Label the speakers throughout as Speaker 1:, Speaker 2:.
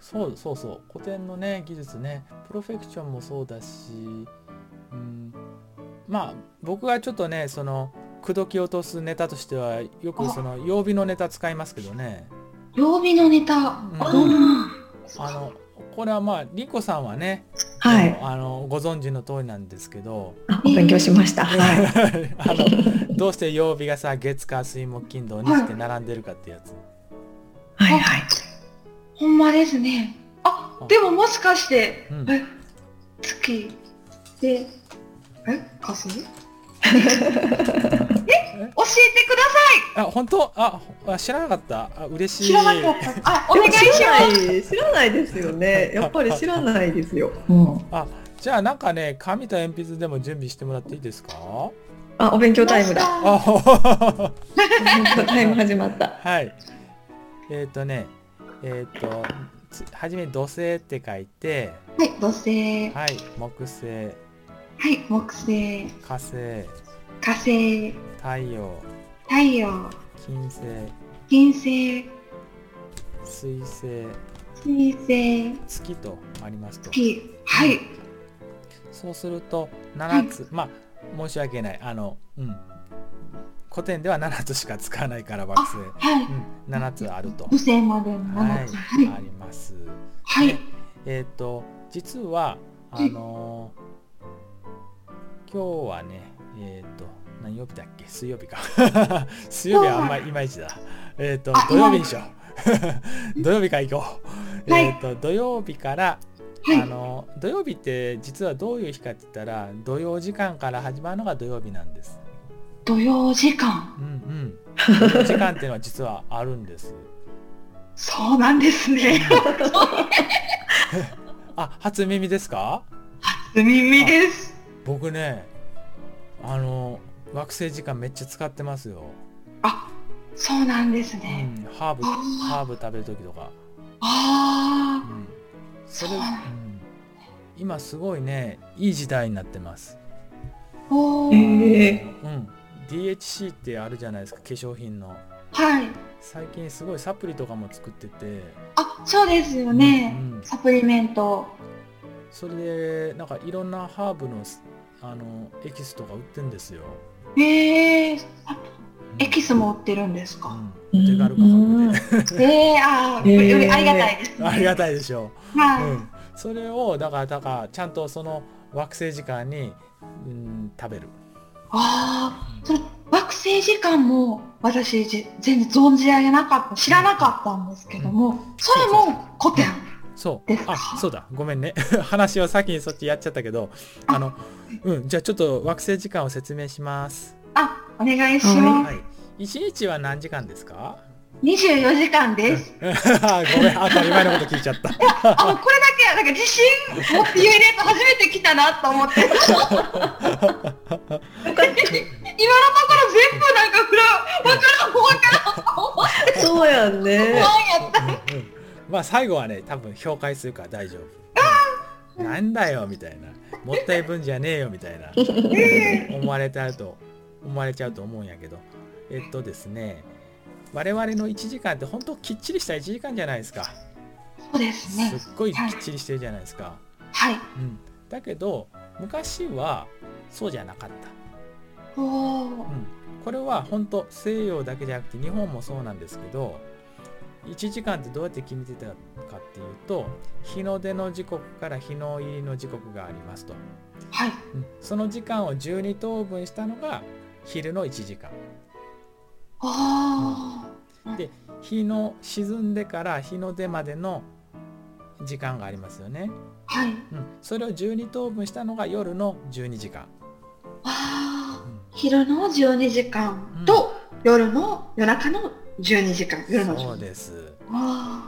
Speaker 1: そうそうそう古典のね技術ねプロフェクションもそうだし、うん、まあ僕がちょっとねその口説き落とすネタとしてはよくその曜日のネタ使いますけどね
Speaker 2: 曜日のネタ、うん、
Speaker 1: あのこれはまあリコさんはね
Speaker 3: はい
Speaker 1: あのご存知の通りなんですけど
Speaker 3: あお勉強しました、はい
Speaker 1: あのどうして曜日がさ月火水木金土日って並んでるかってやつ
Speaker 3: はいはい。
Speaker 2: ほんまですねあでももしかして、うん、月でえ火星え教えてください。
Speaker 1: あ、本当、あ、知らなかった。あ、嬉しい。
Speaker 2: 知らなかった。あ、お願いします
Speaker 3: 知らないですよね。やっぱり知らないですよ。うん、
Speaker 1: あ、じゃあ、なんかね、紙と鉛筆でも準備してもらっていいですか。
Speaker 3: あ、お勉強タイムだ。あ、タイム始まった。
Speaker 1: はい。えっ、ー、とね、えっ、ー、と、はじめ土星って書いて。
Speaker 2: はい、土星。
Speaker 1: はい、木星。
Speaker 2: はい、木星。
Speaker 1: 火星。
Speaker 2: 火星
Speaker 1: 太陽
Speaker 2: 太陽
Speaker 1: 金星
Speaker 2: 金星
Speaker 1: 水星
Speaker 2: 水星
Speaker 1: 月とありますと
Speaker 2: 月はい
Speaker 1: そうすると7つ、はい、まあ申し訳ないあのうん古典では7つしか使わないから惑星、
Speaker 2: はい
Speaker 1: うん、7つあると
Speaker 2: 無星までの
Speaker 1: 7つ、はい、はい、あります
Speaker 2: はい
Speaker 1: えっ、ー、と実はあのー、今日はねえっ、ー、と、何曜日だっけ水曜日か。 水曜日はあんまりいまいちだ。えっ、ー、と、土曜日にしよう。 土曜日から行こう。はい、えっ、ー、と、土曜日から、はい、あの、土曜日って実はどういう日かって言ったら、土曜時間から始まるのが土曜日なんです。
Speaker 2: 土曜時間
Speaker 1: うんうん。土曜時間っていうのは実はあるんです。
Speaker 2: そうなんですね。
Speaker 1: あ、初耳ですか
Speaker 2: 初耳です。
Speaker 1: 僕ね、あの惑星時間めっちゃ使ってますよ。
Speaker 2: あ、そうなんですね。
Speaker 1: うん、ハーブハーブ食べる時とか。
Speaker 2: ああ、うん、
Speaker 1: それ、うん、今すごいねいい時代になってます。
Speaker 2: お
Speaker 3: えー、
Speaker 1: うん。DHC ってあるじゃないですか化粧品の。
Speaker 2: はい。
Speaker 1: 最近すごいサプリとかも作ってて。
Speaker 2: あ、そうですよね。うんうん、サプリメント。
Speaker 1: それでなんかいろんなハーブのあのエキスとか売ってんですよ。
Speaker 2: ええーうん、エキスも売ってるんですか。
Speaker 1: うん、手軽価
Speaker 2: 格で。ええー、ああ、えー、ありがたいです、ね、
Speaker 1: ありがたいでしょ
Speaker 2: う。はい、
Speaker 1: うん。それをだからだからちゃんとその惑星時間に、うん、食べる。
Speaker 2: ああ、それ惑星時間も私じ全然存じ上げなかった、知らなかったんですけども、うん、それも古典。
Speaker 1: そう。あ、そうだ。ごめんね。 話を先にそっちやっちゃったけど、あの、うん、じゃあちょっと惑星時間を説明します。
Speaker 2: あ、お願いします。
Speaker 1: 一、はい、日は何時間です か？
Speaker 2: 二十四時間です。ごめん、
Speaker 1: 当たり前のこと聞いちゃった。
Speaker 2: あのこれだけなんか自信持って言えるやつ初めて来たなと思って。今のところ全部なんかフラ、わからん、わからん、
Speaker 3: そうやんね。
Speaker 2: 不安やった。うん
Speaker 1: まあ最後はね多分評価するから大丈夫。なんだよみたいなもったいぶんじゃねえよみたいな 思われたと思われちゃうと思うんやけどえっとですね我々の1時間って本当きっちりした1時間じゃないですか。
Speaker 2: そうですね。
Speaker 1: すっごいきっちりしてるじゃないですか。、
Speaker 2: はい。うん。
Speaker 1: だけど昔はそうじゃなかった
Speaker 2: おうん、
Speaker 1: これは本当西洋だけじゃなくて日本もそうなんですけど1時間ってどうやって決めてたかっていうと日の出の時刻から日の入りの時刻がありますと、
Speaker 2: はい、
Speaker 1: その時間を12等分したのが昼の1時間。
Speaker 2: あ
Speaker 1: うん、で日の沈んでから日の出までの時間がありますよね。
Speaker 2: はい、うん、
Speaker 1: それを12等分したのが夜の12時間。
Speaker 2: あ、うん、昼の12時間と、夜の夜中の12時間夜の
Speaker 1: そうです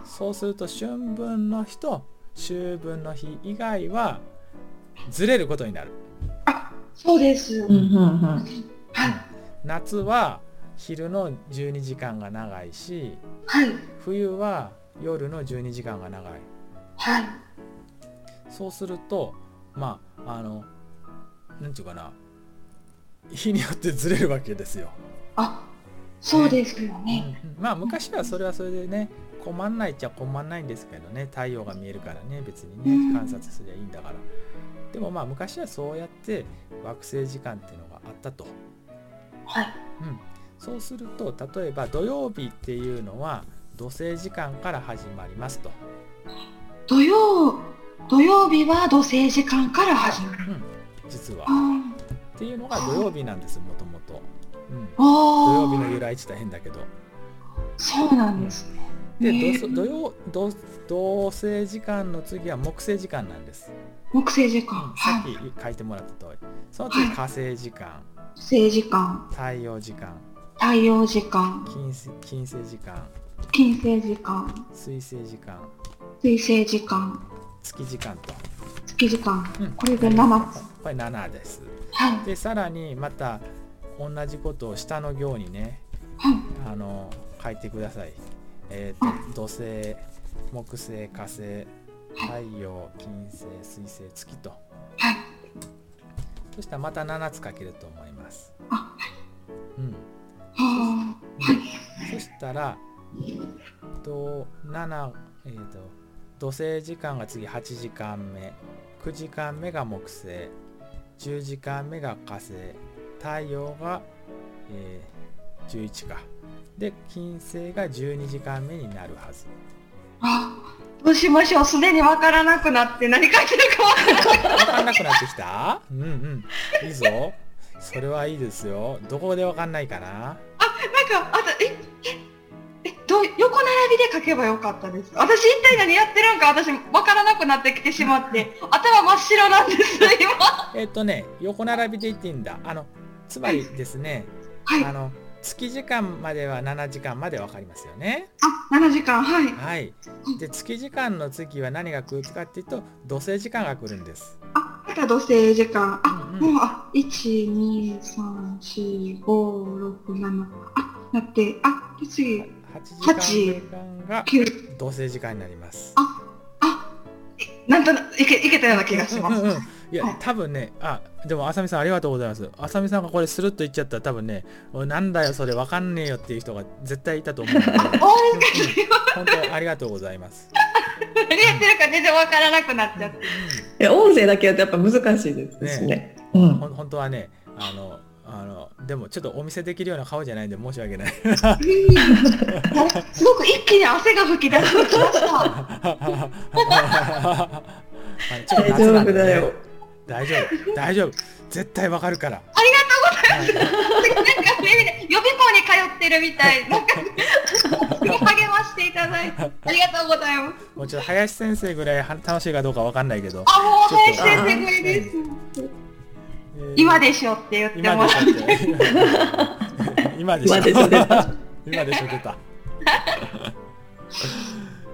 Speaker 1: そうすると春分の日と秋分の日以外はずれることになる
Speaker 2: あそうです、うんうんうんはい、
Speaker 1: 夏は昼の12時間が長いし、
Speaker 2: はい、
Speaker 1: 冬は夜の12時間が長い、
Speaker 2: はい、
Speaker 1: そうするとまああの何て言うかな日によってずれるわけですよ
Speaker 2: あそうですよね、
Speaker 1: うん、まあ昔はそれはそれでね困んないっちゃ困んないんですけどね太陽が見えるからね別にね観察すりゃいいんだから、でもまあ昔はそうやって惑星時間っていうのがあったと、
Speaker 2: はい。
Speaker 1: うん、そうすると例えば土曜日っていうのは土星時間から始まりますと、
Speaker 2: 土曜、土曜日は土星時間から始まる。
Speaker 1: うん、実は
Speaker 2: あー
Speaker 1: っていうのが土曜日なんですもともと、うん、土
Speaker 2: あ
Speaker 1: 曜日
Speaker 2: ー。
Speaker 1: の由来って言ったら変だけど
Speaker 2: そうなんですね。
Speaker 1: で
Speaker 2: ね
Speaker 1: 土土曜土土星時間の次は木星時間なんです、
Speaker 2: 木星時
Speaker 1: うん
Speaker 2: 間、は
Speaker 1: さ
Speaker 2: い
Speaker 1: っ。き書いてもらった通りその次火星時間
Speaker 2: 土星時間、
Speaker 1: 太陽時間
Speaker 2: 太陽時間、
Speaker 1: 金星金星時間
Speaker 2: 金星時間、
Speaker 1: 水星時間
Speaker 2: 水星時間、
Speaker 1: 月時間と、
Speaker 2: 月時間。
Speaker 1: うん
Speaker 2: これで7つ。
Speaker 1: これ7です
Speaker 2: はい。
Speaker 1: でさらにまた同じことを下の行にね
Speaker 2: はい。
Speaker 1: あの書いてください。えー、と土星木星火星太陽金星水星月と
Speaker 2: はい。
Speaker 1: そしたらまた7つ書けると思います。
Speaker 2: あ
Speaker 1: うん、
Speaker 2: あ
Speaker 1: そしたらと7、えー、と土星時間が次8時間目9時間目が木星10時間目が火星太陽が、えー11かで金星が12時間目になるはず。
Speaker 2: ーあー。どうしましょう。すでにわからなくなって何書いてるかわからない。
Speaker 1: わかんなくなってきたうんうんいいぞそれはいいですよどこでわかんないかな
Speaker 2: なんか、あた、え、え、え、どう、横並びで書けばよかったです。私一体何やってるんか、私わからなくなってきてしま って、頭真っ白なんです、今。
Speaker 1: えっ、とね横並びで言っていいんだあのつまりですね
Speaker 2: はい。
Speaker 1: あ
Speaker 2: あ、
Speaker 1: の月時間までは7時間までわかりますよね
Speaker 2: 7時間、はい。
Speaker 1: はいで月時間の次は何が来るかっていうと土星時間が来るんです
Speaker 2: あ、また土星時間。あ、
Speaker 1: うんうん
Speaker 2: もう、あ、1、2、3、4、5、6、7。あ、なって、あ、で次、
Speaker 1: 8時間が
Speaker 2: 9。
Speaker 1: 土星時間になります
Speaker 2: あ、いなんとなくいけ、いけたような気がします。
Speaker 1: うんうんうんいや、
Speaker 2: はい
Speaker 1: 多分ね、あ、でも、あさみさん、ありがとうございます。あさみさんがこれ、スルッと言っちゃったら、多分ね、おいなんだよ、それ、わかんねえよっていう人が絶対いたと思 うんで、うんうん
Speaker 2: おお、り
Speaker 1: 本当、ありがとうございます。
Speaker 2: 何やってるか全然わからなくなっちゃって。
Speaker 3: え音声だけだとやっぱ難しいですね。う
Speaker 1: うん
Speaker 3: ん
Speaker 1: ほん本当はね、あの、あの、でも、ちょっとお見せできるような顔じゃないんで、申し訳ない。
Speaker 2: すごく一気に汗が噴き出してきました。
Speaker 1: はいちょっと
Speaker 3: 大
Speaker 1: 夏
Speaker 3: 丈
Speaker 1: なんでね
Speaker 3: 夫だよ。
Speaker 1: 大丈夫、大丈夫、絶対わかるから。ありがとうございます。
Speaker 2: なんかね予備校に通ってるみたい、なんかね、励ましていただいて、ありがとうございます。
Speaker 1: もうちょっと林先生ぐらいは楽しいかどうかわかんないけど。
Speaker 2: あ、もう林
Speaker 1: ちょっと
Speaker 2: 先生無理です。
Speaker 1: えー
Speaker 2: 今でしょって言って
Speaker 1: 今
Speaker 2: も
Speaker 1: で
Speaker 2: ら
Speaker 1: し
Speaker 2: う。
Speaker 1: ょって。今でしょ。
Speaker 3: 今でしょ出た。
Speaker 1: 今でしょ出た。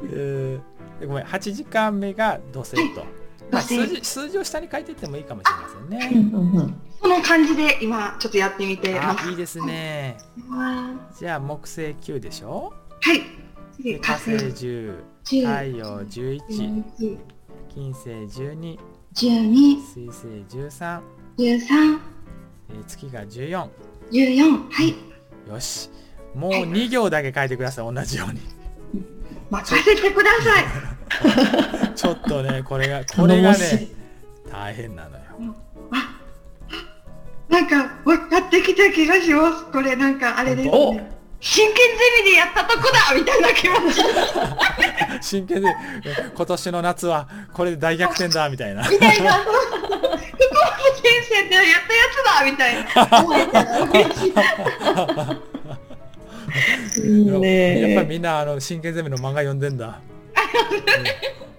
Speaker 1: えーでごめん、8時間目が土星と。まあ、
Speaker 2: 土
Speaker 1: 数
Speaker 2: 星
Speaker 1: 字数字を下に書いてってもいいかもしれません
Speaker 3: う
Speaker 1: ね。
Speaker 3: んうんうん
Speaker 2: この感じで今ちょっとやってみてま
Speaker 1: あ
Speaker 2: す。
Speaker 1: いいですね。
Speaker 2: は
Speaker 1: じゃあ木星9でしょ
Speaker 2: い。次
Speaker 1: で
Speaker 2: 火
Speaker 1: 火星
Speaker 2: 星
Speaker 1: 10、
Speaker 2: 十、
Speaker 1: 太陽11、
Speaker 2: 11
Speaker 1: 金星12、
Speaker 2: 十二、
Speaker 1: 水星13、
Speaker 2: 十三、
Speaker 1: えー月が14。
Speaker 2: 十四、はい。
Speaker 1: よし。もう2行だけ書いてください、同じよう に。
Speaker 2: 任せてください。
Speaker 1: ちょっとね、これが、これ
Speaker 3: 頼
Speaker 1: が
Speaker 3: もし
Speaker 1: ね
Speaker 3: い、。
Speaker 1: 大変なのよ。
Speaker 2: なんか分かってきた気がします。これなんかあれです
Speaker 3: お
Speaker 2: ね。真剣ゼミでやったとこだみたいな気持ち
Speaker 1: 真剣で、え今年の夏はこれで大逆転だ、みたいな。
Speaker 2: みたいな。福岡先生ってやったやつだみたいな思えたら嬉しい。
Speaker 3: いいね。
Speaker 1: やっぱりみんな、あの、真剣ゼミの漫画読んでん だ。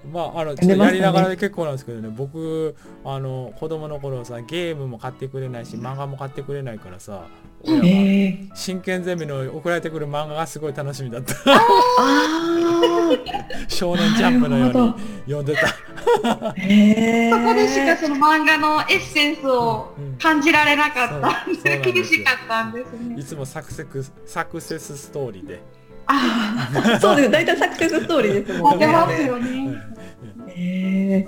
Speaker 1: うんまあ、あの、ちょっ
Speaker 3: 読んで
Speaker 1: と
Speaker 3: ま
Speaker 1: や
Speaker 3: すね
Speaker 1: りながらで結構なんですけどね、僕、あの、子供の頃さ、ゲームも買ってくれないし、漫画も買ってくれないからさ、親が
Speaker 3: えー、
Speaker 1: 真剣ゼミの送られてくる漫画がすごい楽しみ だった。
Speaker 3: あ
Speaker 1: 少年ジャンプのよう
Speaker 3: なる
Speaker 1: に
Speaker 3: ほ
Speaker 1: 読んでた。
Speaker 3: あ、えー、
Speaker 2: そこでしかその漫画のエッセンスを感じられなかった
Speaker 1: そ
Speaker 2: ん
Speaker 1: うそうなん
Speaker 2: で、
Speaker 1: ですよ
Speaker 2: 厳しかったんですね
Speaker 1: い。つもサクセクスサクセスストーリーで、
Speaker 2: あ
Speaker 3: そうです。大体サクセスストーリーです
Speaker 2: あ、
Speaker 3: も
Speaker 2: 出
Speaker 3: んね。
Speaker 2: ますよ
Speaker 1: うん
Speaker 2: ね。
Speaker 3: えー、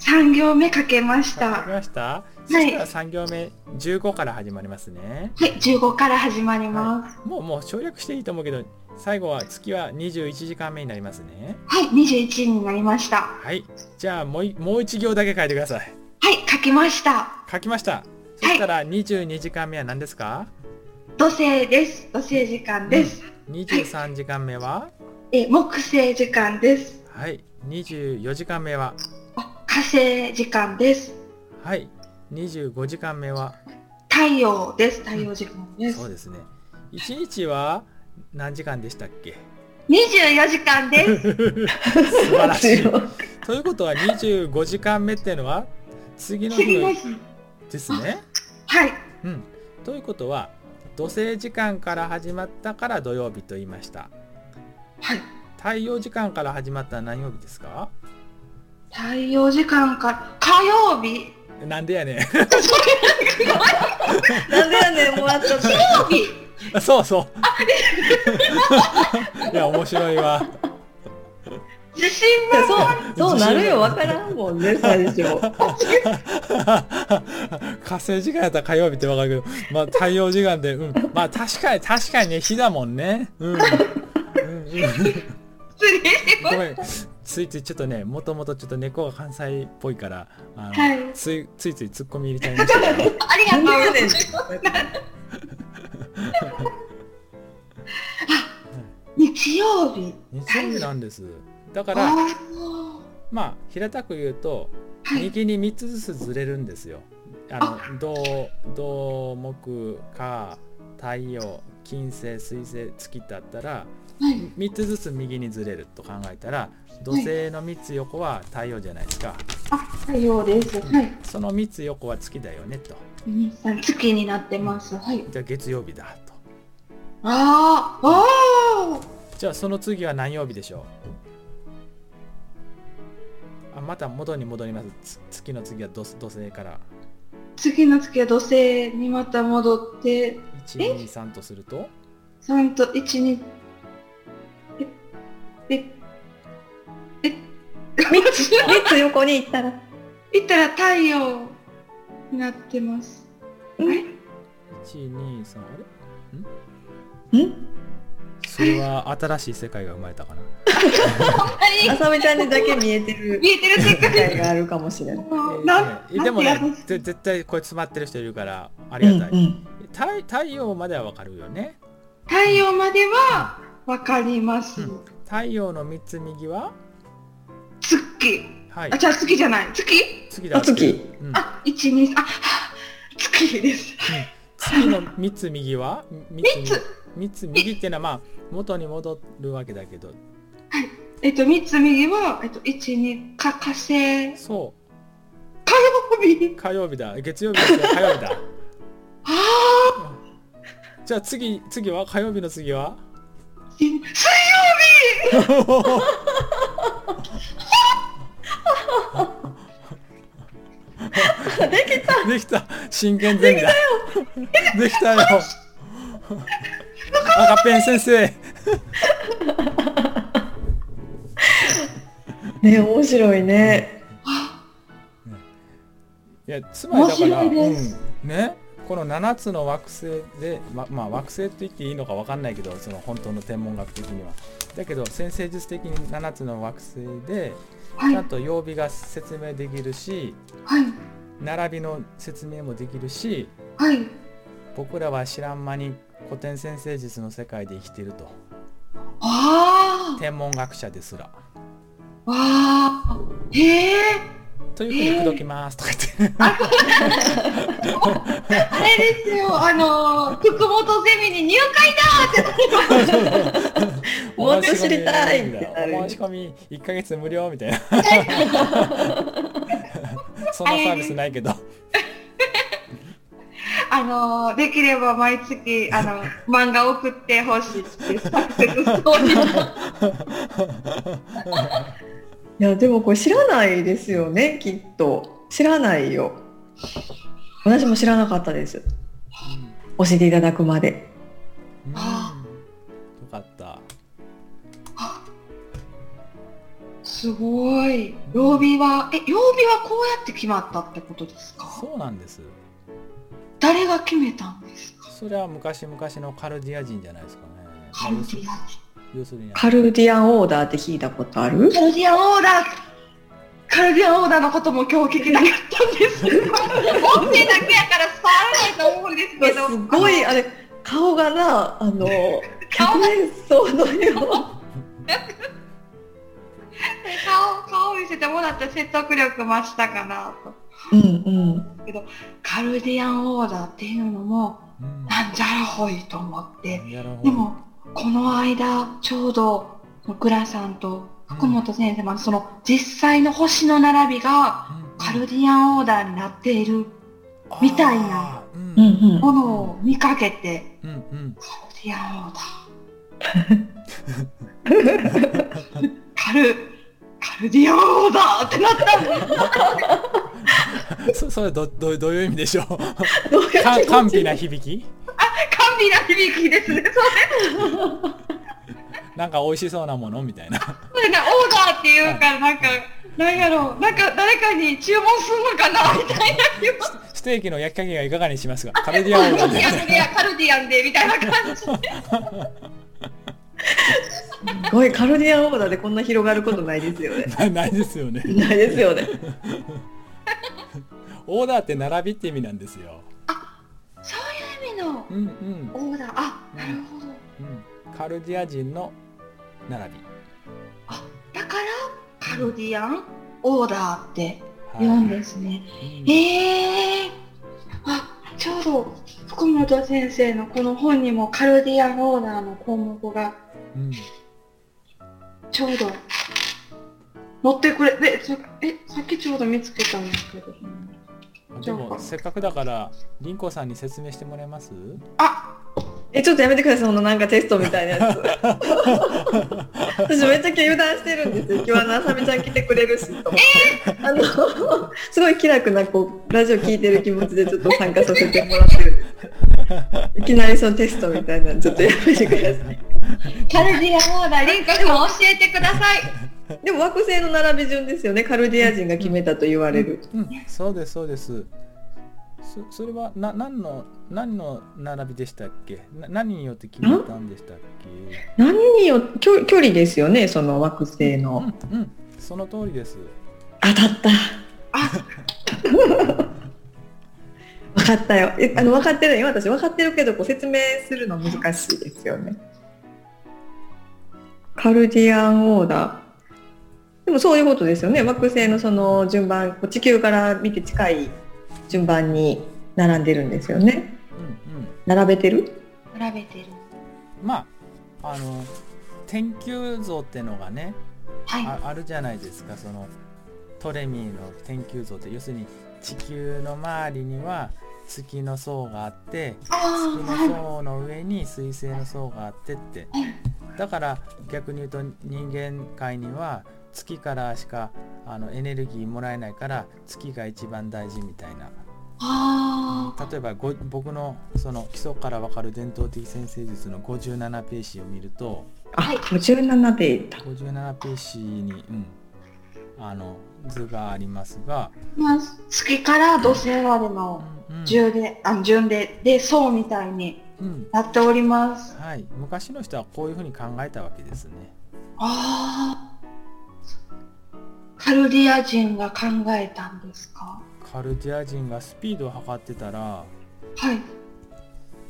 Speaker 2: 3行目書けまし
Speaker 1: わかり
Speaker 2: た。
Speaker 1: ました、そしたら3行目15から始まりますね
Speaker 2: はい、15から始まります。
Speaker 1: もうもう省略していいと思うけど最後は月は21時間目になりますね
Speaker 2: はい、21になりました。は
Speaker 1: はいじゃあもういもう一行だけ書いてください
Speaker 2: い、書きました。
Speaker 1: 書きましたそしたら22時間目は何ですか
Speaker 2: 土星です。土星時間です。
Speaker 1: 23時間目は
Speaker 2: え、木星時間です。
Speaker 1: はい24時間目は
Speaker 2: あ火星時間です。
Speaker 1: はい25時間目は
Speaker 2: 太陽です。太陽時間で
Speaker 1: そう
Speaker 2: す。
Speaker 1: ですね1日は何時間でしたっけ
Speaker 2: 24時間 です。
Speaker 1: 素晴らしい
Speaker 3: 強
Speaker 1: ということは25時間目っていうのは次の
Speaker 2: 次
Speaker 1: 日
Speaker 2: の
Speaker 1: の
Speaker 2: 日。
Speaker 1: ですね。
Speaker 2: はい。
Speaker 1: うん、ということは土星時間から始まったから土曜日と言いました
Speaker 2: はい。
Speaker 1: 太陽時間から始まったのは何曜日ですか
Speaker 2: 太陽時間か、火曜日
Speaker 1: なんでやね
Speaker 3: なんでやねん、もうあっちゃった。
Speaker 2: 火曜日
Speaker 1: ん そうそう いや面白いわ
Speaker 2: 自信満々
Speaker 3: そう、そうなるよ、わからんもんね、最初。
Speaker 1: 火星時間やったら火曜日ってわかるけど、まあ、太陽時間で、うん、まあ確かに確かにね日だもんねうん、うんうん
Speaker 2: 失礼しま
Speaker 1: ご
Speaker 2: し
Speaker 1: めんついついちょっとねもともとちょっと猫が関西っぽいからあの、
Speaker 2: はい
Speaker 1: ついついつい突っ込み入れちゃいましたけど
Speaker 2: た。ありが
Speaker 3: な
Speaker 2: とうんご
Speaker 3: で
Speaker 2: ざい
Speaker 3: や
Speaker 2: ます
Speaker 3: ねん。
Speaker 2: 日曜日。
Speaker 1: 日曜日なんですだから
Speaker 2: あー
Speaker 1: まあ平たく言うと
Speaker 2: はい。
Speaker 1: 右に3つずつずれるんですよあの銅銅木火太陽金星水星月ってあったら
Speaker 2: はい。
Speaker 1: 3つずつ右にずれると考えたら土星の3つ横は太陽じゃないですか
Speaker 2: あ、太陽です。はい。
Speaker 1: その3つ横は月だよねと
Speaker 2: 皆さん月になってます。はい。
Speaker 1: じゃあ月曜日だと
Speaker 2: ああ、あ
Speaker 1: じゃあその次は何曜日でしょうあまた元に戻りますつ月の次は土土星から
Speaker 2: あ。次の月は土星にまた戻って、
Speaker 1: 123とすると
Speaker 2: 三と一に。え、え、え、
Speaker 3: 三つ、三つ横に行ったら。
Speaker 2: いったら太陽になってます。
Speaker 3: ん
Speaker 1: 123あれ
Speaker 3: ん
Speaker 1: それは新しい世界が生まれたかな
Speaker 2: はい。
Speaker 3: 浅見ちゃんにだけ見えてる
Speaker 2: 見えてる世
Speaker 3: 世界
Speaker 2: 界
Speaker 3: があるかもしれない。
Speaker 1: えー
Speaker 2: なん
Speaker 1: ねでも
Speaker 2: なんて
Speaker 1: ね
Speaker 2: やつ
Speaker 1: ぜ絶対これ詰まってる人いるからあ
Speaker 3: う
Speaker 1: り
Speaker 3: んう
Speaker 1: がたい、
Speaker 3: ん。
Speaker 1: 太太陽まではわかるよね
Speaker 2: 太陽まではわかります。
Speaker 1: うん太陽の3つ右は
Speaker 2: 月。
Speaker 1: はい
Speaker 2: あ、じゃあ月じゃない。月
Speaker 1: 次
Speaker 3: あ、
Speaker 1: だ
Speaker 3: 月。
Speaker 1: うん、
Speaker 2: あ、一二あ、はあ月です。
Speaker 1: 次の3つ右は3
Speaker 2: 三つ。
Speaker 1: 三つ右っていうのはまあ元に戻るわけだけど
Speaker 2: えっと、三つ右は、えっと、一二か、火星。
Speaker 1: そ
Speaker 2: 火曜日
Speaker 1: う。火曜日だ月曜日ですよ火曜日だ
Speaker 2: ああ。
Speaker 1: じゃあ次次は火曜日の次は
Speaker 2: 水曜日。
Speaker 1: できた できた真剣ゼミだできたよ赤ペン先生
Speaker 3: ね、面白いね。
Speaker 1: いやつまりだから、
Speaker 2: 面白いです
Speaker 1: うん、ねこの7つの惑星でままあ惑星って言っていいのか分かんないけどその本当の天文学的にはだけど先生術的に7つの惑星で
Speaker 2: は
Speaker 1: ち
Speaker 2: い
Speaker 1: ゃん。と曜日が説明できるし
Speaker 2: はい。
Speaker 1: 並びの説明もできるし
Speaker 2: はい。
Speaker 1: 僕らは知らん間に古典先生術の世界で生きてると
Speaker 2: ああ。
Speaker 1: 天文学者ですら
Speaker 2: ああ。へ え。
Speaker 1: というふうに口説きますとか言って
Speaker 2: あれですよ。あのー、福本ゼミに入会だ。
Speaker 3: もっと知りたい
Speaker 1: お申し込みみたいなお申し込み1ヶ月無料みたいなそんなサービスないけど
Speaker 2: あのー、できれば毎月、あの、漫画送ってほしいです。サクセスストーリー
Speaker 3: いや、でもこれ知らないですよね、きっと。知らないよ。私も知らなかったです。教えていただくまで。
Speaker 1: うんよ
Speaker 2: あ
Speaker 1: かった
Speaker 2: すごい。曜日は、え、曜日はこうやって決まったってことですか
Speaker 1: そうなんです
Speaker 2: 誰が決めたんですか
Speaker 1: それは昔々のカルディア人じゃないですかね、まあ
Speaker 2: カルディア人。
Speaker 1: 要するに
Speaker 3: カルディアンオーダーって聞いたことある
Speaker 2: カルディアンオーダーカルディアンオーダーのことも今日聞けなかったんです音声だけやから伝わらないと思うんですけど
Speaker 3: すごいあれ顔がなあの
Speaker 2: 顔
Speaker 3: 百年草のよ
Speaker 2: 顔顔見せてもらったら説得力増したかなと
Speaker 3: ううんうん
Speaker 2: カルディアンオーダーっていうのも
Speaker 1: うん
Speaker 2: なんじゃらほいと思って
Speaker 1: やらほう
Speaker 2: でもこの間ちょうど倉さんと福本先生もその実際の星の並びが
Speaker 1: うん
Speaker 2: カルディアンオーダーになっているみたいな
Speaker 1: あーうん
Speaker 3: うんうん
Speaker 2: ものを見かけて
Speaker 1: うんうん
Speaker 2: カルディアン オーダーカルカルディアンオーダーってなったんです
Speaker 1: そそれどどどういう意味でしょうか
Speaker 3: どういう気持ち
Speaker 1: 甘美な響き
Speaker 2: 甘美な響きですねそう
Speaker 1: なんか美味しそうなものみたいな
Speaker 2: それね、オーダーっていうか、なんか、なんやろう、なんか誰かに注文すんのかなみたいな気も。
Speaker 1: ステーキの焼き加減はいかがにしますかカルディアンオーダーで
Speaker 2: カルディアンカルディアンで、みたいな感じ。
Speaker 3: すごいカルディアンオーダーでこんな広がることないですよね
Speaker 1: なないですよね
Speaker 3: ないですよね
Speaker 1: オーダーって並びって意味なんですよ
Speaker 2: そういう意味の
Speaker 1: うんうん
Speaker 2: オーダー。あ、なるほど。
Speaker 1: うんカルディア人の並び
Speaker 2: あ、だから、カルディアンオーダーって
Speaker 1: はい
Speaker 2: 言うんですね。
Speaker 1: うん
Speaker 2: ええー。あ、ちょうど福本先生のこの本にもカルディアンオーダーの項目が
Speaker 1: うん
Speaker 2: ちょうど持ってくれでさえさっきちょうど見つけたんですけど
Speaker 1: でもせっかくだから凛子さんに説明してもらえます
Speaker 2: あ
Speaker 3: えちょっとやめてくださいそのなんかテストみたいなやつ私めっちゃ油断してるんですよ今日あのあさみちゃん来てくれるしと思って、あのすごい気楽なこうラジオ聞いてる気持ちでちょっと参加させてもらってるんですけどいきなりそのテストみたいなのちょっとやめてください
Speaker 2: カルディアオーダーリンコ君教えてください
Speaker 3: でも惑星の並び順ですよねカルディア人が決めたと言われる、
Speaker 1: うん、そうですそうです。そそれはな何の何の並びでしたっけ？な何によって決めたんでしたっけ？
Speaker 3: 何によ距距離ですよねその惑星
Speaker 1: う
Speaker 3: の、
Speaker 1: んうんその通りです。
Speaker 3: 当たった
Speaker 2: あ
Speaker 3: 分かったよえあの分かってるよ私分かってるけどこう説明するの難しいですよねカルディアンオーダーでもそういうことですよね惑星のその順番こう地球から見て近い順番に並んでるんですよね
Speaker 1: うんうん。
Speaker 3: 並べてる
Speaker 2: 並べてる
Speaker 1: まああの天球像ってのがね
Speaker 2: はい
Speaker 1: ああるじゃないですかそのトレミーの天球像って要するに地球の周りには月の層があって月
Speaker 2: あ
Speaker 1: の
Speaker 2: ー
Speaker 1: 層の上に水星の層があってってだから逆に言うと人間界には月からしかあのエネルギーもらえないから月が一番大事みたいな
Speaker 2: あー
Speaker 1: 例えばご僕のその基礎からわかる伝統的先生術の57ページを見ると
Speaker 3: あ、
Speaker 2: はい
Speaker 3: 57ページだ
Speaker 1: 57ページに、うん、あの図がありますが、
Speaker 2: まあ月から土星までの
Speaker 1: うんうん
Speaker 2: 順であ順でで層みたいに
Speaker 1: うん
Speaker 2: なっております
Speaker 1: はい、昔の人はこういうふうに考えたわけですね。
Speaker 2: ああカルディア人が考えたんですか
Speaker 1: カルディア人がスピードを測ってたら
Speaker 2: はい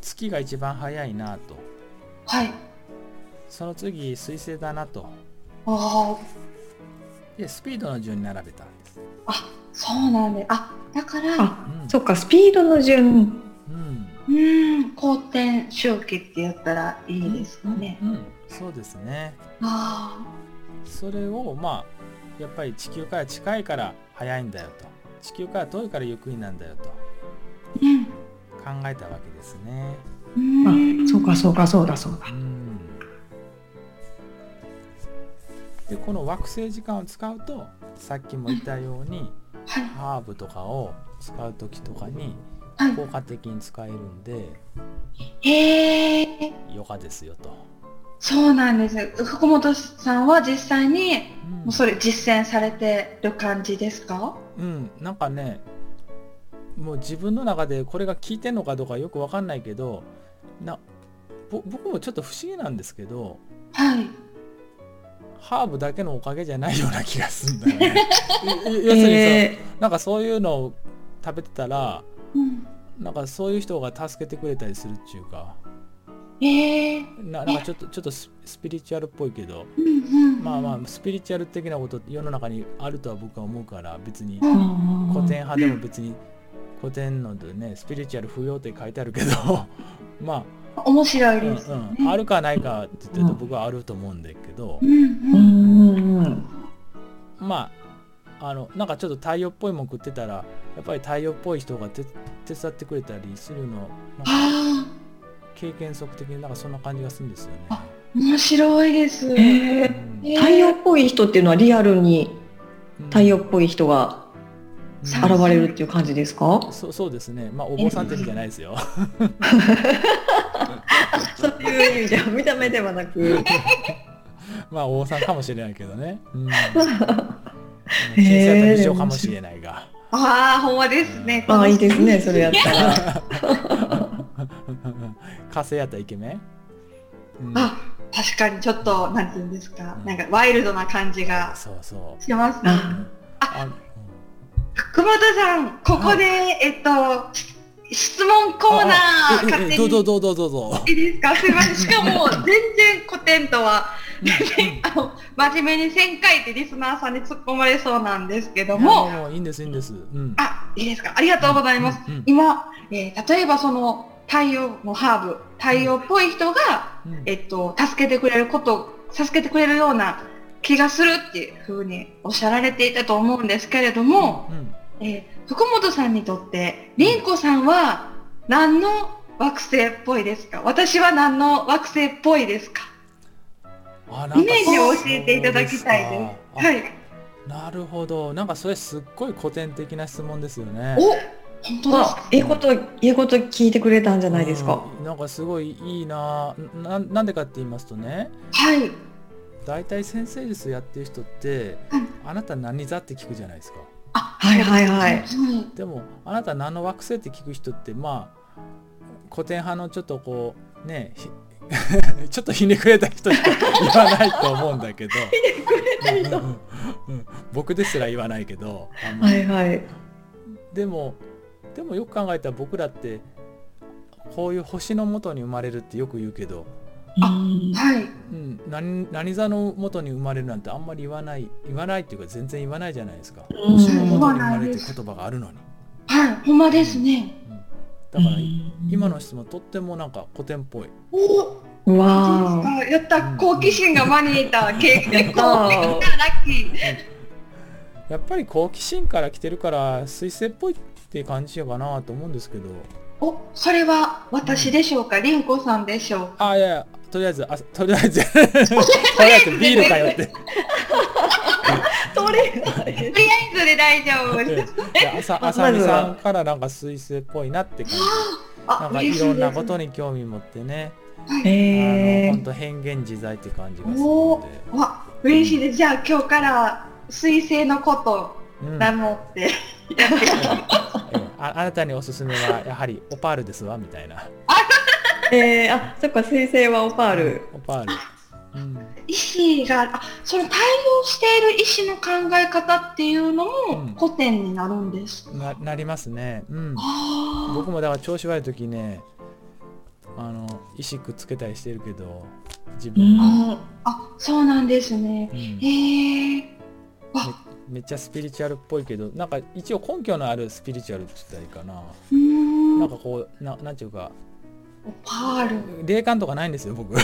Speaker 1: 月が一番速いなと
Speaker 2: はい
Speaker 1: その次水星だなと
Speaker 2: ああ
Speaker 1: でスピードの順に並べたんです。
Speaker 2: そうなんです。あ、だから、
Speaker 3: あ
Speaker 1: うん
Speaker 3: そっかスピードの順
Speaker 1: うん
Speaker 2: うーん、好転周期って言ったらいいですかね。
Speaker 1: うん、そうですね。
Speaker 2: あ
Speaker 1: それをまあやっぱり地球から近いから速いんだよと地球から遠いからゆっくりなんだよと
Speaker 2: あ、うん、
Speaker 1: 考えたわけですね。
Speaker 2: う
Speaker 3: あ
Speaker 2: ーん、
Speaker 3: そうか。そうかそうだそう
Speaker 1: う
Speaker 3: だ
Speaker 1: んでこの惑星時間を使うとさっきも言ったように
Speaker 2: はい、
Speaker 1: ハーブとかを使う時とかに
Speaker 2: はい
Speaker 1: 効果的に使えるんで
Speaker 2: へえ、
Speaker 1: ヨガですよと。
Speaker 2: そうなんです。福本さんは実際に、
Speaker 1: うん
Speaker 2: もうそれ実践されてる感じですか。
Speaker 1: うん、なんかねもう自分の中でこれが効いてんのかどうかよくわかんないけどなぼ僕もちょっと不思議なんですけど
Speaker 2: はい。
Speaker 1: ハーブだけのおかげじゃないような気がするんだよね。いい要するに
Speaker 3: え
Speaker 1: さ、なんかそういうのを食べてたら、
Speaker 2: うん。
Speaker 1: なんかそういう人が助けてくれたりするっていうか、
Speaker 2: ええ
Speaker 1: ななんかちょっとちょっとススピリチュアルっぽいけど、
Speaker 2: うんうん。
Speaker 1: まあまあスピリチュアル的なことって世の中にあるとは僕は思うから別に
Speaker 2: う
Speaker 3: ー
Speaker 2: ん
Speaker 1: 古典派でも別に古典のでねスピリチュアル不要って書いてあるけど ま
Speaker 2: 面白
Speaker 1: あ、
Speaker 2: いうです。
Speaker 1: んうん、あるかないかって言ってると僕はあると思うんだけど
Speaker 2: うん
Speaker 3: う
Speaker 2: うん。
Speaker 3: んうんうん
Speaker 1: まああのなんかちょっと太陽っぽいもん食ってたらやっぱり太陽っぽい人が手手伝ってくれたりするのなんか
Speaker 2: ああ、
Speaker 1: 経験則的になんかそんな感じがするんですよね。
Speaker 2: 面白いです。
Speaker 3: えー
Speaker 1: うん
Speaker 2: えー
Speaker 3: 太陽っぽい人っていうのはリアルに太陽っぽい人が
Speaker 1: うん
Speaker 3: 現れるっていう感じですか？
Speaker 1: そうそうですねまあお坊さん的じゃない ですよ。
Speaker 3: そういう意味じゃ見た目ではなく、
Speaker 1: まあ王さんかもしれないけどね。 うん、
Speaker 3: ー
Speaker 1: 金星と美女かもしれないが。
Speaker 2: ああ、ほんまですね。
Speaker 3: まあいいですねそれやったら。
Speaker 1: 火星やったらイケメン、うん
Speaker 2: あ、確かにちょっと、なんていうんですか、
Speaker 1: うん
Speaker 2: なんかワイルドな感じが
Speaker 1: そうそう。
Speaker 2: しますね。
Speaker 3: あ
Speaker 1: あ
Speaker 2: 久保田さん、ここで、えっと、し質問コ
Speaker 1: う
Speaker 2: ーナー、
Speaker 1: んあええ
Speaker 2: 勝
Speaker 1: え
Speaker 2: 手
Speaker 1: どうぞ
Speaker 2: に。
Speaker 1: どうぞど うぞ。
Speaker 2: いいですかすい ません。しかも、全然古典とは、
Speaker 1: うん
Speaker 2: あの、真面目に1000回ってリスナーさんに突っ込まれそうなんですけど
Speaker 1: いやもう
Speaker 2: も、
Speaker 1: もういいんですいいんです。うん。
Speaker 2: あ、いいですかありがとうございます。
Speaker 1: うん。うん
Speaker 2: 今、えー例えばその太陽のハーブ太陽っぽい人が、
Speaker 1: うん
Speaker 2: えっと、助けてくれること助けてくれるような気がするっていうふうにおっしゃられていたと思うんですけれども、
Speaker 1: うん
Speaker 2: えー福本さんにとって凛子さんは何の惑星っぽいですか私は何の惑星っぽいですか
Speaker 1: あなんか
Speaker 2: イメージを教えていただきたい
Speaker 1: そう
Speaker 2: で。
Speaker 1: ですすか
Speaker 2: はい、
Speaker 1: あなるほど。なんかそれすっごい古典的な質問ですよね。
Speaker 2: お本当ですか
Speaker 3: あいいこといいこと聞いてくれたんじゃないですか？
Speaker 1: うん。なんかすごいいいな。ななんでかって言いますとね。
Speaker 2: はい
Speaker 1: 大体先生術やってる人って、
Speaker 2: はい
Speaker 1: あなた何座って聞くじゃないですか
Speaker 2: あ
Speaker 3: はいはいはい。
Speaker 2: うん
Speaker 1: でもあなた何の惑星って聞く人ってまあ古典派のちょっとこうねひ ちょっとひねくれた人しか言わないと思うんだ けどうんうんうん僕ですら言わないけどあんま
Speaker 3: は
Speaker 1: り
Speaker 3: いはい。
Speaker 1: でもでもよく考えたら僕らってこういう星のもとに生まれるってよく言うけど、
Speaker 2: あ
Speaker 3: うん
Speaker 2: はい
Speaker 1: うん、何何座のもとに生まれるなんてあんまり言わない言わないっていうか全然言わないじゃないですか。
Speaker 3: うん
Speaker 1: 子供
Speaker 2: は
Speaker 1: の時に生まれて言葉があるのに。
Speaker 2: はいほんまですね
Speaker 1: だから、
Speaker 3: うん
Speaker 1: 今の質問とってもなんか古典っぽい。
Speaker 2: おー
Speaker 3: う
Speaker 2: そう
Speaker 3: わ
Speaker 2: で
Speaker 3: あ。
Speaker 2: すかやった、
Speaker 1: うん
Speaker 2: 好奇心が招いた経験好
Speaker 3: あ
Speaker 2: 奇
Speaker 3: ー
Speaker 2: 心がラッキー
Speaker 1: やっぱり好奇心から来てるから水星っぽいって感じかなと思うんですけど。
Speaker 2: おそれは私でしょうか凛子さんでしょうか
Speaker 1: あいやいやとりあえずあとりあ えずとりあえずビールかよって。
Speaker 3: とりあえ
Speaker 2: とりあえずで大丈夫
Speaker 1: い
Speaker 2: です
Speaker 1: や朝
Speaker 3: ま
Speaker 1: 朝
Speaker 3: ま
Speaker 1: 美
Speaker 3: ず
Speaker 1: さ
Speaker 3: は
Speaker 1: んからなんか水星っぽいなって感じ。な
Speaker 2: あ
Speaker 1: んか
Speaker 2: 嬉し
Speaker 1: い
Speaker 2: い
Speaker 1: ろんなこ
Speaker 2: で
Speaker 1: とに興味持ってね。
Speaker 3: ず。
Speaker 1: あの
Speaker 3: えー
Speaker 1: 本当変幻自在って感じがする
Speaker 2: お
Speaker 1: の
Speaker 2: ー
Speaker 1: で。
Speaker 2: すわ嬉しいですじゃあ今日から水星のこと
Speaker 1: うん
Speaker 2: 名乗って、
Speaker 1: ああなたにおすすめはやはりオパールですわみたいな。
Speaker 3: えーあそっか水星はオパール。
Speaker 1: オパール。うん
Speaker 2: 石があその対応している石の考え方っていうの
Speaker 1: うん
Speaker 2: も古典になるんです、
Speaker 1: ななりますね。うん。
Speaker 2: あ
Speaker 1: 僕もだから調子悪い時ね、あの石くっつけたりしてるけど、自
Speaker 3: う
Speaker 1: 分
Speaker 3: ん
Speaker 1: が、
Speaker 2: ああそうなんですね
Speaker 1: うん
Speaker 2: へえあ
Speaker 1: めっちゃスピリチュアルっぽいけど、なんか一応根拠のあるスピリチュアルって言ったらいいかな。
Speaker 2: うーん
Speaker 1: なんかこうななんていうか
Speaker 2: パール。
Speaker 1: 霊感とかないんですよ僕。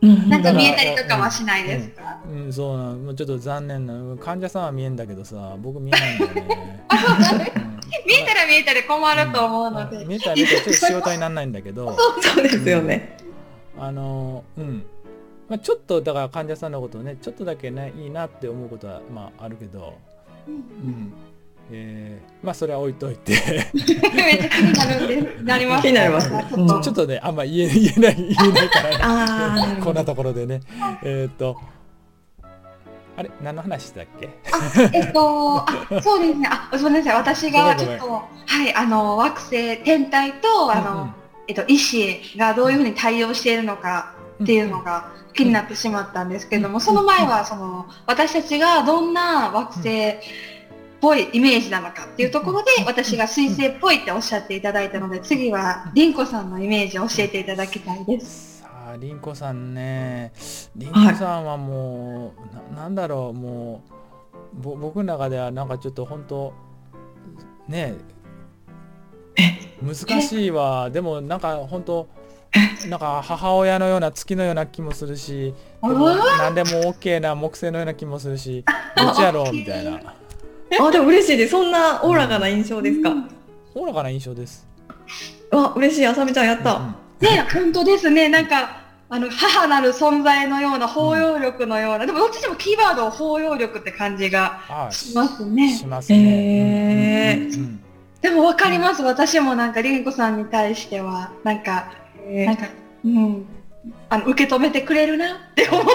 Speaker 3: うん
Speaker 2: な
Speaker 1: だ
Speaker 2: んか
Speaker 1: から
Speaker 2: 見えたりとかはしないですか。
Speaker 1: うんそうなんもうちょっと残念な患者さんは見えんだけどさ、僕見えないんだよね。うん
Speaker 2: 見えたら見えたら困ると思うの
Speaker 1: ん
Speaker 2: で。
Speaker 1: 見えたら見えたらちょっと仕事にならないんだけど。
Speaker 3: そうですよね。
Speaker 1: あのうん、まあ、ちょっとだから患者さんのことをねちょっとだけねいいなって思うことはまああるけど、うんえーまあそれは置いといて
Speaker 2: めっちゃ気になるんです。なります。
Speaker 3: 気になりますね
Speaker 2: ちょっと
Speaker 3: うん
Speaker 1: ちょっとねあんま言え言えない言えないから、
Speaker 3: ああな
Speaker 1: ね、
Speaker 3: る
Speaker 1: こ
Speaker 3: ほ
Speaker 1: んな
Speaker 3: ど。
Speaker 1: ところでねえーっとあれ何の話してたっけ
Speaker 2: えっと、あ、そうですね。あ、すみません。私がちょっと、はい、あの惑星天体とあの、
Speaker 1: うんうん
Speaker 2: えっと意志がどういうふうに対応しているのか。っていうのが気になってしまったんですけども、その前はその私たちがどんな惑星っぽいイメージなのかっていうところで、私が水星っぽいっておっしゃっていただいたので、次は凛子さんのイメージを教えていただきたいです。
Speaker 1: さありんこさんねりんこさんはもう、ななんだろうもうぼ僕の中ではなんかちょっと本当ね難しいわでもなんか本当なんか母親のような月のような気もするしでも何でも OK な木星のような気もするしどっちやろうみたいな
Speaker 3: あ、でも嬉しいです。そんなおおらかな印象ですか。
Speaker 1: おおらかな印象です。
Speaker 3: わ、嬉しい。あさみちゃんやっ
Speaker 1: うん
Speaker 3: た。
Speaker 2: ね、 本当ですね。なんか、あの、母なる存在のような、包容力のような、でもどっちでもキーワードを包容力って感じが
Speaker 1: はい
Speaker 2: しますね
Speaker 1: し。ますね。
Speaker 3: へー
Speaker 1: うんうんうん
Speaker 2: でもわかります。私もなんか、りんこさんに対しては、なんか、
Speaker 3: え
Speaker 2: なん
Speaker 3: ー
Speaker 2: か、うん。あの、受け止めてくれるなって思って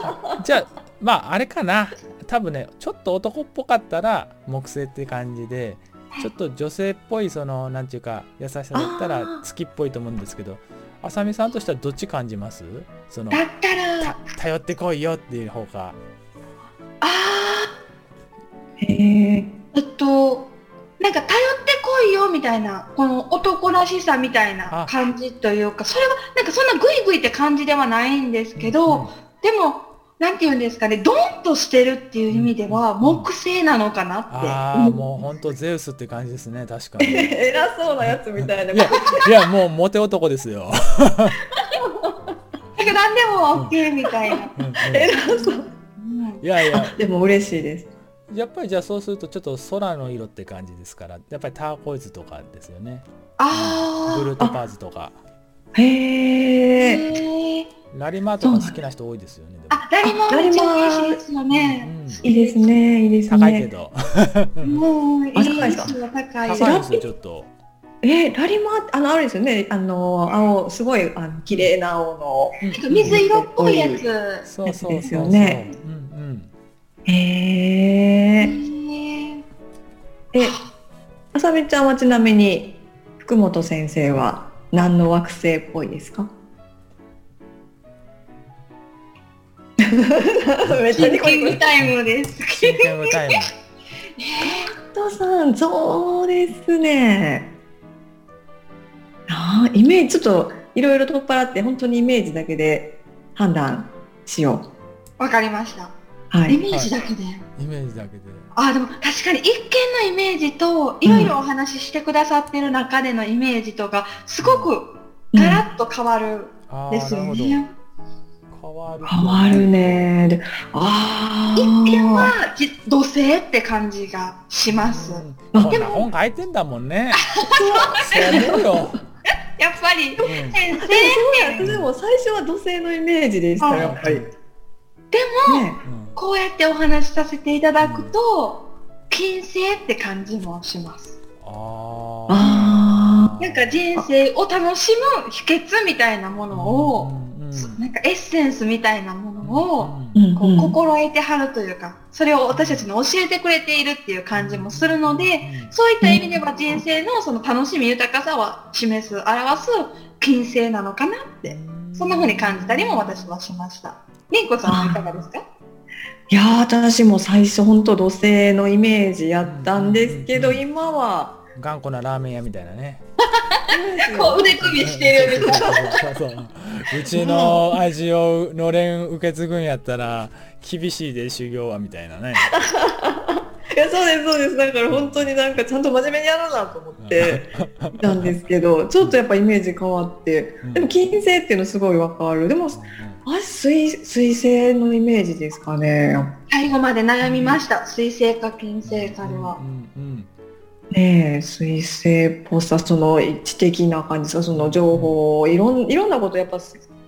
Speaker 2: ます。
Speaker 1: うんじゃあまああれかな多分ねちょっと男っぽかったら木星って感じでちょっと女性っぽいそのなんていうか優しさだった
Speaker 3: あ
Speaker 1: ら
Speaker 3: ー
Speaker 1: 月っぽいと思うんですけどあさみさんとしてはどっち感じますその
Speaker 2: だった
Speaker 1: た
Speaker 2: ら、
Speaker 1: 頼ってこいよっていう方が
Speaker 2: あー、
Speaker 3: え
Speaker 2: えっと、なんか頼ってこいよみたいな、この男らしさみたいな感じというか、それは、なんかそんなグイグイって感じではないんですけど、
Speaker 1: うん
Speaker 2: でも、なんて言うんですかね、ドンとしてるっていう意味では、
Speaker 1: うん
Speaker 2: 木星なのかなって。
Speaker 1: ああもうほんとゼウスって感じですね確かに
Speaker 3: ー偉そうなやつみたいな。
Speaker 1: いやいやもうモテ男ですよ
Speaker 2: だから何でも OK み たいな。
Speaker 1: うんうん
Speaker 3: 偉そう。
Speaker 1: いやいや
Speaker 3: あでも嬉しいです。
Speaker 1: やっぱりじゃあそうするとちょっと空の色って感じですからやっぱりターコイズとかですよねブル
Speaker 2: あ
Speaker 1: ートパーズとか
Speaker 2: あ。
Speaker 3: へえ。
Speaker 2: へえ。
Speaker 1: ラリマーとか好きな人多いですよねでも
Speaker 2: あ、ダリマ
Speaker 3: ダリマ
Speaker 2: ーいですよね。
Speaker 1: うん
Speaker 3: いいですね。いいですね。
Speaker 1: 高いけど
Speaker 2: もう、いい
Speaker 3: あ高いですか
Speaker 2: ですよ高い。
Speaker 1: 高いですよちょっと
Speaker 3: えーラリマーあのあれですよね。あの青すごいあの綺麗な青の。
Speaker 2: 水色っぽいやつ。
Speaker 1: そうそうそうそう
Speaker 3: ですよね
Speaker 1: うんうん
Speaker 3: へえ。
Speaker 2: へえ
Speaker 3: え、あさみちゃんはちなみに福本先生は何の惑星っぽいです か？めっち
Speaker 2: キ
Speaker 3: ゃ
Speaker 2: ン
Speaker 3: ニコ
Speaker 2: キ
Speaker 3: ニ
Speaker 2: ン
Speaker 3: コ
Speaker 2: グ。タイムです。
Speaker 1: 真剣無タイム
Speaker 3: 福本さん、そうですね。ああ、イメージちょっといろいろ取っ払って本当にイメージだけで判断しよ
Speaker 2: わかりました。
Speaker 3: う。は
Speaker 2: イ
Speaker 3: い。
Speaker 2: メージだけで。
Speaker 1: イメージだけで
Speaker 2: あーでも確かに一見のイメージといろいろお話ししてくださってる中でのイメージとかすごくガラッと変わる
Speaker 1: あ
Speaker 2: ん
Speaker 1: あ
Speaker 2: です
Speaker 1: なる
Speaker 2: よ
Speaker 1: ほど
Speaker 2: ね。
Speaker 1: 変わる
Speaker 3: 変わるね。であ
Speaker 2: 一見
Speaker 3: あ。
Speaker 2: はじ土星って感じがします。
Speaker 1: うん
Speaker 3: あ
Speaker 1: こんな本書いてんだもんねそう思うよ
Speaker 2: やっぱり
Speaker 1: うん
Speaker 2: 先生
Speaker 3: でもでも最初は土星のイメージでした。
Speaker 2: あ
Speaker 3: やっぱり。
Speaker 1: で
Speaker 3: ね。
Speaker 1: うん
Speaker 2: こうやってお話しさせていただくと金星って感じもします。
Speaker 1: あー
Speaker 3: あ
Speaker 2: なんか人生を楽しむ秘訣みたいなものを
Speaker 1: うんうん
Speaker 2: なんかエッセンスみたいなものを
Speaker 1: うん
Speaker 3: あ。うん
Speaker 2: こう心得てはるというか、それを私たちに教えてくれているっていう感じもするので、そういった意味では人生のその楽しみ豊かさを示す、表す金星なのかなって、そんな風に感じたりも私はしました。りんこさんはいかがですか
Speaker 3: いやー私も最初本当土星のイメージやったんですけど、
Speaker 1: うん
Speaker 3: 今は
Speaker 1: 頑固なラーメン屋みたいな ね
Speaker 2: こう腕組みしてるみたいな。
Speaker 1: そうそうそううちの味をのれん受け継ぐんやったら厳しいで修行はみたいなね
Speaker 3: いやそうですそうですだから本当になんかちゃんと真面目にやろうなと思って いたんですけどちょっとやっぱイメージ変わって
Speaker 1: うん
Speaker 3: でも金星っていうのすごいわかるでもあ水水星のイメージですかね
Speaker 2: 最後まで悩みました。水星か金星かでは
Speaker 1: う。んうん
Speaker 3: ねえ水星っぽさその知的な感じですかその情報をいろんいろんなことやっぱ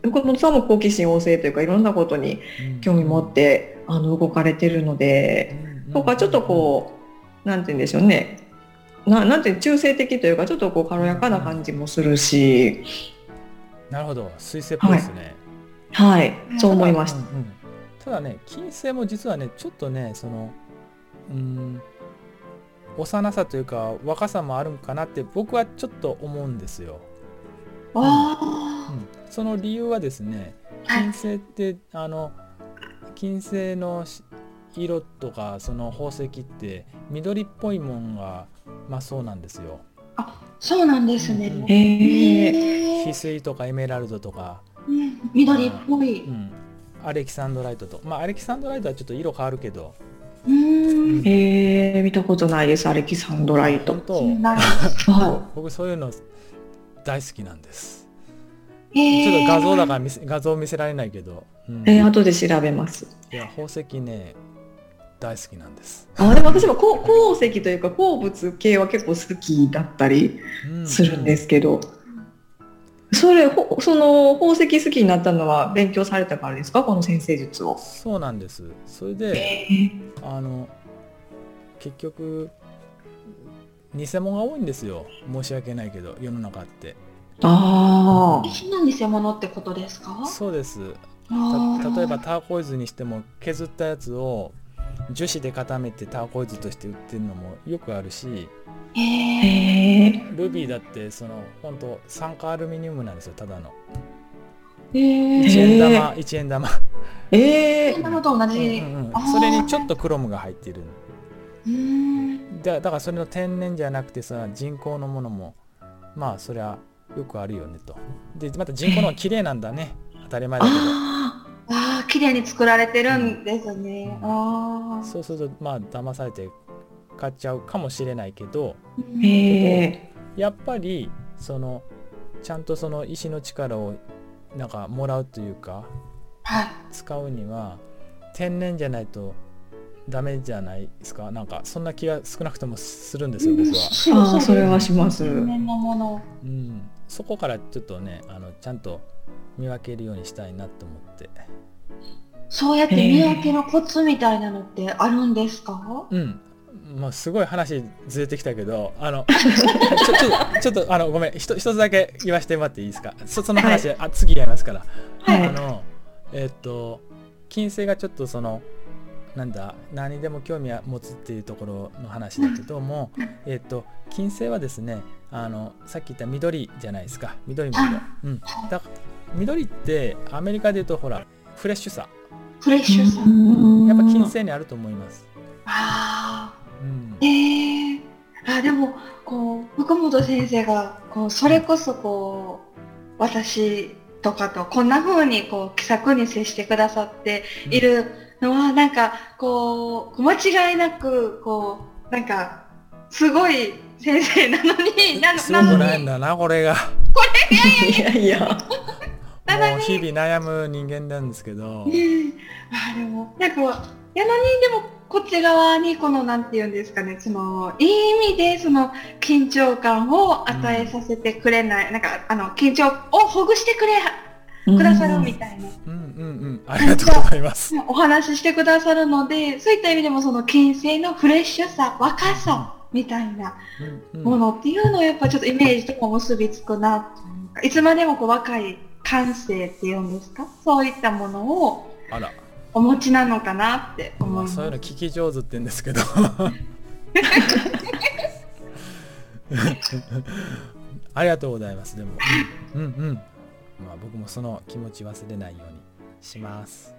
Speaker 3: 福本さんも好奇心旺盛というかいろんなことに
Speaker 1: うん
Speaker 3: 興味持ってあの動かれてるのでとかちょっとこうなんて言うんでしょうねななんていう中性的というかちょっとこう軽やかな感じもするし
Speaker 1: うんなるほど水星っぽいですね
Speaker 3: はいそう思いました
Speaker 1: うんうんただね金星も実はねちょっとねそのうん幼さというか若さもあるんかなって僕はちょっと思うんですよ
Speaker 2: あ
Speaker 1: うん、その理由はですね
Speaker 2: はい
Speaker 1: 金星ってあの金星のし色とかその宝石って緑っぽいもんがまあそうなんですよ
Speaker 2: あ、そうなんです
Speaker 1: うん
Speaker 2: ね。
Speaker 3: ええ
Speaker 2: へ
Speaker 1: 翡
Speaker 2: ー
Speaker 1: 翠とかエメラルドとか、
Speaker 2: うん緑っぽ
Speaker 1: う
Speaker 2: い。
Speaker 1: ん、アレキサンドライトとまあアレキサンドライトはちょっと色変わるけど
Speaker 2: うーん。
Speaker 3: ええ見たことないです、アレキサンドライト
Speaker 1: 本。当
Speaker 2: なる
Speaker 3: は
Speaker 1: 僕そういうの大好きなんです
Speaker 2: へー
Speaker 1: ちょっと画像だから見せ画像見せられないけど、うん
Speaker 3: い。えー、後で調べます。
Speaker 1: いや宝石ね大好きなんです、
Speaker 3: あ、でも私も鉱鉱石というか鉱物系は結構好きだったり
Speaker 1: うん
Speaker 3: するんですけど、それほその宝石好きになったのは勉強されたからですか、この先生術を。
Speaker 1: そうなんですそれであの結局偽物が多いんですよ申し訳ないけど世の中って
Speaker 3: ああ、
Speaker 2: 石の偽物ってことですか
Speaker 1: そうです
Speaker 2: あ
Speaker 1: た
Speaker 2: ー
Speaker 1: 例えばターコイズにしても削ったやつを樹脂で固めてターコイズとして売ってるのもよくあるし
Speaker 2: へえ。
Speaker 3: へえ
Speaker 1: ルビーだってその本当酸化アルミニウムなんですよただの1
Speaker 2: へえ。
Speaker 1: 円玉1円玉、
Speaker 3: ええ
Speaker 2: なるほど、同
Speaker 1: うん
Speaker 2: じ。
Speaker 1: うんうん
Speaker 2: あー
Speaker 1: それにちょっとクロムが入ってる
Speaker 2: うーん。
Speaker 1: だだからそれの天然じゃなくてさ人工のものもまあそりゃよくあるよねとでまた人工の方が綺麗なんだね当たり前だけど
Speaker 3: あ
Speaker 2: ああ、綺麗に作られてるんですね。
Speaker 1: うん
Speaker 2: ああ。
Speaker 1: そうするとまあ騙されて買っちゃうかもしれないけど
Speaker 3: あ、へえ
Speaker 1: やっぱりそのちゃんとその石の力をなんかもらうというか
Speaker 2: はい。
Speaker 1: 使うには天然じゃないとダメじゃないですかなんかそんな気が少なくともするんですよ僕は。
Speaker 3: ああ、それはします。
Speaker 2: 天然のもの。
Speaker 1: うん、そこからちょっとねあのちゃんと見分けるようにしたいなと思って
Speaker 2: そうやって見分けのコツみたいなのってあるんですか？
Speaker 1: うんもうすごい話ずれてきたけどあ のちょちょちょっとあのごめんひと一つだけ言わせてもらっていいですかそその話、あ次やりますから、
Speaker 3: はい
Speaker 1: あのえっと金星がちょっとそのなんだ何でも興味を持つっていうところの話だけど もえっと金星はですねあのさっき言った緑じゃないですか緑も色、うん、だ緑ってアメリカで言うとほらフレッシュさ
Speaker 2: フレッシュさ。
Speaker 1: や
Speaker 3: や
Speaker 1: っぱ金。星にあると思います、
Speaker 2: ああ。
Speaker 1: うん
Speaker 2: ええあでもこう福本先生がこうそれこそこう私とかとこんな風にこう気さくに接してくださっているのは、なんかこう間違いなくこうなんかすごい先生なのにな
Speaker 1: すごく
Speaker 2: のなの
Speaker 1: 悩ん
Speaker 2: に
Speaker 1: だなこれが
Speaker 3: いやいや。
Speaker 2: なのに
Speaker 1: もう日々悩む人間なんですけど、
Speaker 2: ねえあでもなんかやのにでもこっち側にこのなんて言うんですかねそのいい意味でその緊張感を与えさせてくれない、なんかあの緊張をほぐしてくれくださるみたいな、
Speaker 1: うんうんうんありがとうござい ます
Speaker 2: お話ししてくださるのでそういった意味でもその金星のフレッシュさ若さみたいな
Speaker 1: うんうん
Speaker 2: ものっていうのをやっぱちょっとイメージとも結びつくなというかいつまでもこう若い感性っていうんですかそういったものを
Speaker 1: あら
Speaker 2: お持ちなのかなって思
Speaker 1: ま
Speaker 2: い
Speaker 1: あ
Speaker 2: ます。
Speaker 1: そういうの聞き上手って言うんですけど ありがとうございますでもうんうん、まあ、僕もその気持ち忘れないようにします